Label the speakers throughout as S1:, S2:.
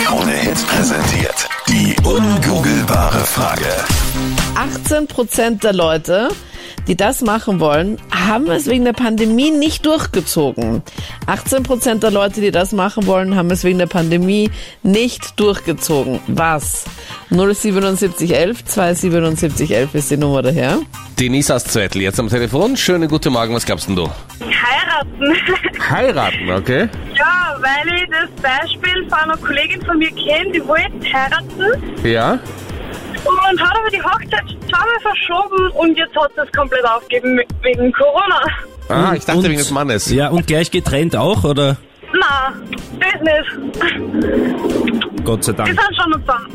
S1: Krone Hits präsentiert. Die ungoogelbare Frage.
S2: 18 Prozent der Leute, die das machen wollen, haben es wegen der Pandemie nicht durchgezogen. 18 Prozent der Leute, die das machen wollen, haben es wegen der Pandemie nicht durchgezogen. Was? 07711 27711 ist die Nummer daher.
S3: Denise aus Zwettl, jetzt am Telefon. Schönen guten Morgen, was glaubst denn du?
S4: Heiraten.
S3: Heiraten, okay?
S4: ja, weil ich das Beispiel von einer Kollegin von mir kenne, die wollte heiraten
S3: Ja.
S4: und hat aber die Hochzeit zweimal verschoben und jetzt hat sie es komplett aufgegeben wegen Corona.
S3: Ah, ich dachte
S5: Und-
S3: wegen des Mannes.
S5: Ja, und gleich getrennt auch, oder?
S4: Na, das nicht.
S5: Gott sei
S4: Wir
S5: Dank.
S4: sind schon noch zusammen.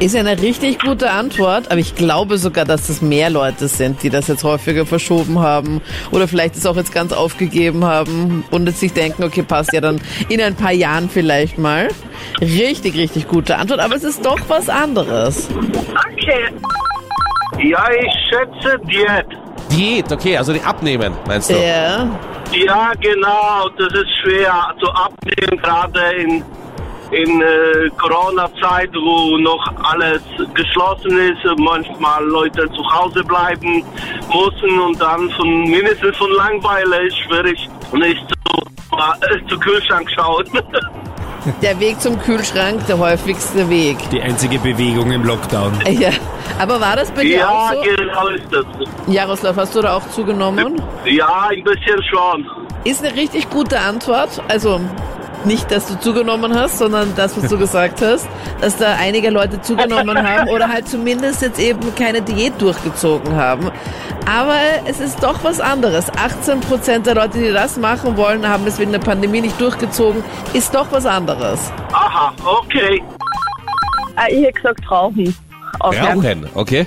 S2: Ist ja eine richtig gute Antwort, aber ich glaube sogar, dass es mehr Leute sind, die das jetzt häufiger verschoben haben oder vielleicht es auch jetzt ganz aufgegeben haben und jetzt sich denken, okay, passt ja dann in ein paar Jahren vielleicht mal. Richtig, richtig gute Antwort, aber es ist doch was anderes.
S4: Okay.
S6: Ja, ich schätze Diät.
S3: Diät, okay, also die abnehmen, meinst du?
S2: Ja,
S6: Ja, genau, das ist schwer zu abnehmen, gerade in, in äh, Corona-Zeit, wo noch alles geschlossen ist, manchmal Leute zu Hause bleiben müssen und dann von mindestens von Langweile ist schwierig, nicht zu, äh, zu Kühlschrank schauen.
S2: der Weg zum Kühlschrank, der häufigste Weg.
S5: Die einzige Bewegung im Lockdown.
S2: Ja, aber war das bei dir
S6: ja,
S2: auch so?
S6: genau ist das.
S2: Jaroslav, hast du da auch zugenommen?
S6: Ja, ein bisschen schon.
S2: Ist eine richtig gute Antwort. Also nicht, dass du zugenommen hast, sondern das, was du gesagt hast, dass da einige Leute zugenommen haben oder halt zumindest jetzt eben keine Diät durchgezogen haben. Aber es ist doch was anderes. 18 Prozent der Leute, die das machen wollen, haben es wegen der Pandemie nicht durchgezogen. Ist doch was anderes.
S6: Aha, okay.
S4: Ah, ich hätte gesagt Rauchen. Aufhören.
S3: Rauchen, okay?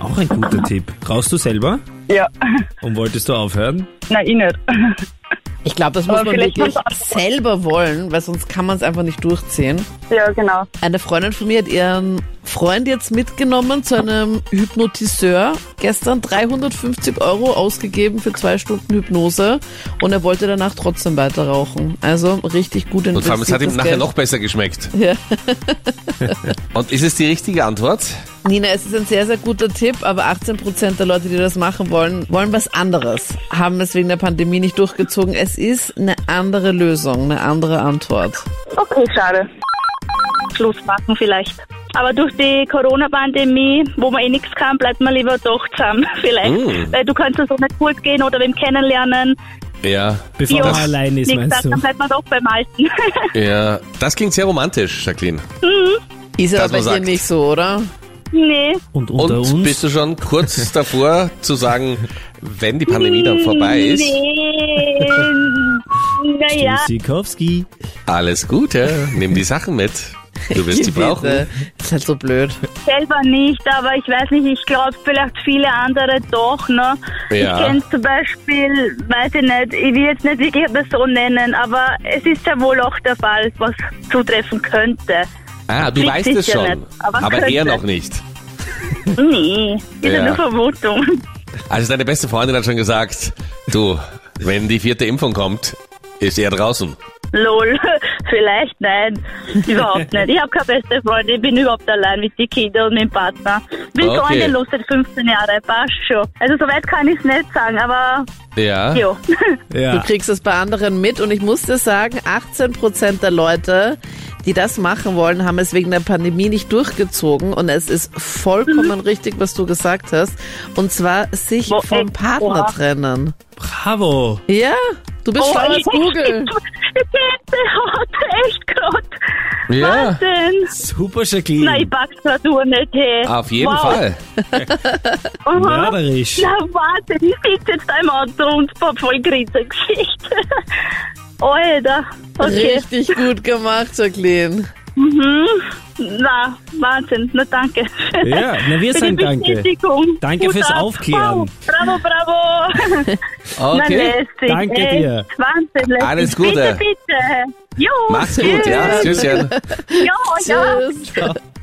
S5: Auch ein guter Tipp. Rauchst du selber?
S4: Ja.
S5: Und wolltest du aufhören?
S4: Nein, ich nicht.
S2: Ich glaube, das muss
S4: Aber
S2: man
S4: vielleicht
S2: wirklich
S4: kannst
S2: selber wollen, weil sonst kann man es einfach nicht durchziehen.
S4: Ja, genau.
S2: Eine Freundin von mir hat ihren Freund jetzt mitgenommen zu einem Hypnotiseur. Gestern 350 Euro ausgegeben für zwei Stunden Hypnose und er wollte danach trotzdem weiter rauchen. Also richtig gut investiert.
S3: Und vor allem, es hat ihm
S2: das
S3: nachher
S2: Geld.
S3: noch besser geschmeckt.
S2: Ja.
S3: Und ist es die richtige Antwort?
S2: Nina, es ist ein sehr, sehr guter Tipp, aber 18 Prozent der Leute, die das machen wollen, wollen was anderes. Haben es wegen der Pandemie nicht durchgezogen. Es ist eine andere Lösung, eine andere Antwort.
S7: Okay, schade. Schluss machen vielleicht. Aber durch die Corona-Pandemie, wo man eh nichts kann, bleibt man lieber doch zusammen vielleicht.
S3: Mm. Oh,
S7: Weil du kannst ja so nicht kurz gehen oder wem kennenlernen.
S3: Ja.
S5: Bevor
S7: Ja.
S5: man allein ist,
S7: Nichts,
S5: meinst du?
S7: dann bleibt man doch beim Alten.
S3: Ja. Das klingt sehr romantisch, Jacqueline.
S2: Ist ja
S3: Das
S2: bei
S3: man
S2: dir
S3: sagt.
S2: nicht so, oder?
S7: nee,
S5: Und
S3: Und
S5: unter uns?
S3: bist du schon kurz davor zu sagen, wenn die Pandemie dann vorbei ist,
S7: nee. naja,
S5: Sikowski.
S3: alles Gute, nimm die Sachen mit. Du wirst die brauchen.
S2: Bitte. Ist halt so blöd.
S7: selber nicht, aber ich weiß nicht, ich glaube vielleicht viele andere doch, ne?
S3: Ja.
S7: Ich kenne zum Beispiel, weiß ich nicht, ich will jetzt nicht wirklich eine Person nennen, aber es ist ja wohl auch der Fall, was zutreffen könnte.
S3: Ah, du
S7: Kriegt
S3: weißt
S7: sich
S3: es
S7: ja
S3: schon,
S7: nicht, aber
S3: aber er
S7: könnte.
S3: noch nicht.
S7: Nee, ist ja.
S3: Ja.
S7: nur Vermutung.
S3: Also deine beste Freundin hat schon gesagt, du, wenn die vierte Impfung kommt, ist er draußen.
S7: Lol, vielleicht nein, überhaupt nicht. Ich habe keine beste Freundin, ich bin überhaupt allein mit den Kindern und mit dem Partner. Bin
S3: Okay.
S7: freundelos seit 15 Jahren, passt schon. Also soweit kann ich es nicht sagen, aber
S3: Ja.
S7: jo.
S2: Du
S5: Ja.
S2: kriegst es bei anderen mit und ich muss dir sagen, 18 Prozent der Leute, die das machen wollen, haben es wegen der Pandemie nicht durchgezogen und es ist vollkommen richtig, was du gesagt hast. Und zwar sich
S7: Mhm. Wo-
S2: vom
S7: ey,
S2: Partner
S7: oha. Oh,
S2: trennen.
S5: Bravo.
S2: Ja, du bist schlauer als Google.
S7: Bitte, hat echt Gott.
S3: Ja.
S7: Was denn?
S5: Super,
S7: Nein, ich
S5: Jacqueline.
S7: pack's grad nur nicht, hey.
S3: Auf jeden
S7: wow.
S3: Fall.
S7: Aha.
S5: Mörderisch.
S7: Na, warte, ich sitze jetzt da im Auto und hab voll Grinser-Geschichte. Alter. Okay.
S2: Richtig gut gemacht, Jacqueline.
S7: Mhm. Na, Wahnsinn. Na, danke.
S5: Ja, na, wir
S7: Für
S5: sagen
S7: die
S5: danke.
S7: Bestätigung.
S5: Danke
S7: Hut
S5: fürs
S7: ab.
S5: Aufklären.
S7: Wow. Bravo, bravo. Na,
S3: Okay.
S7: lässig.
S5: Danke
S7: Echt.
S5: dir.
S7: Wahnsinn, lässig.
S3: Alles Gute.
S7: Bitte, bitte. Jo,
S3: Mach's gut, ja. Tschüsschen.
S7: Ja, ja.
S2: Tschüss.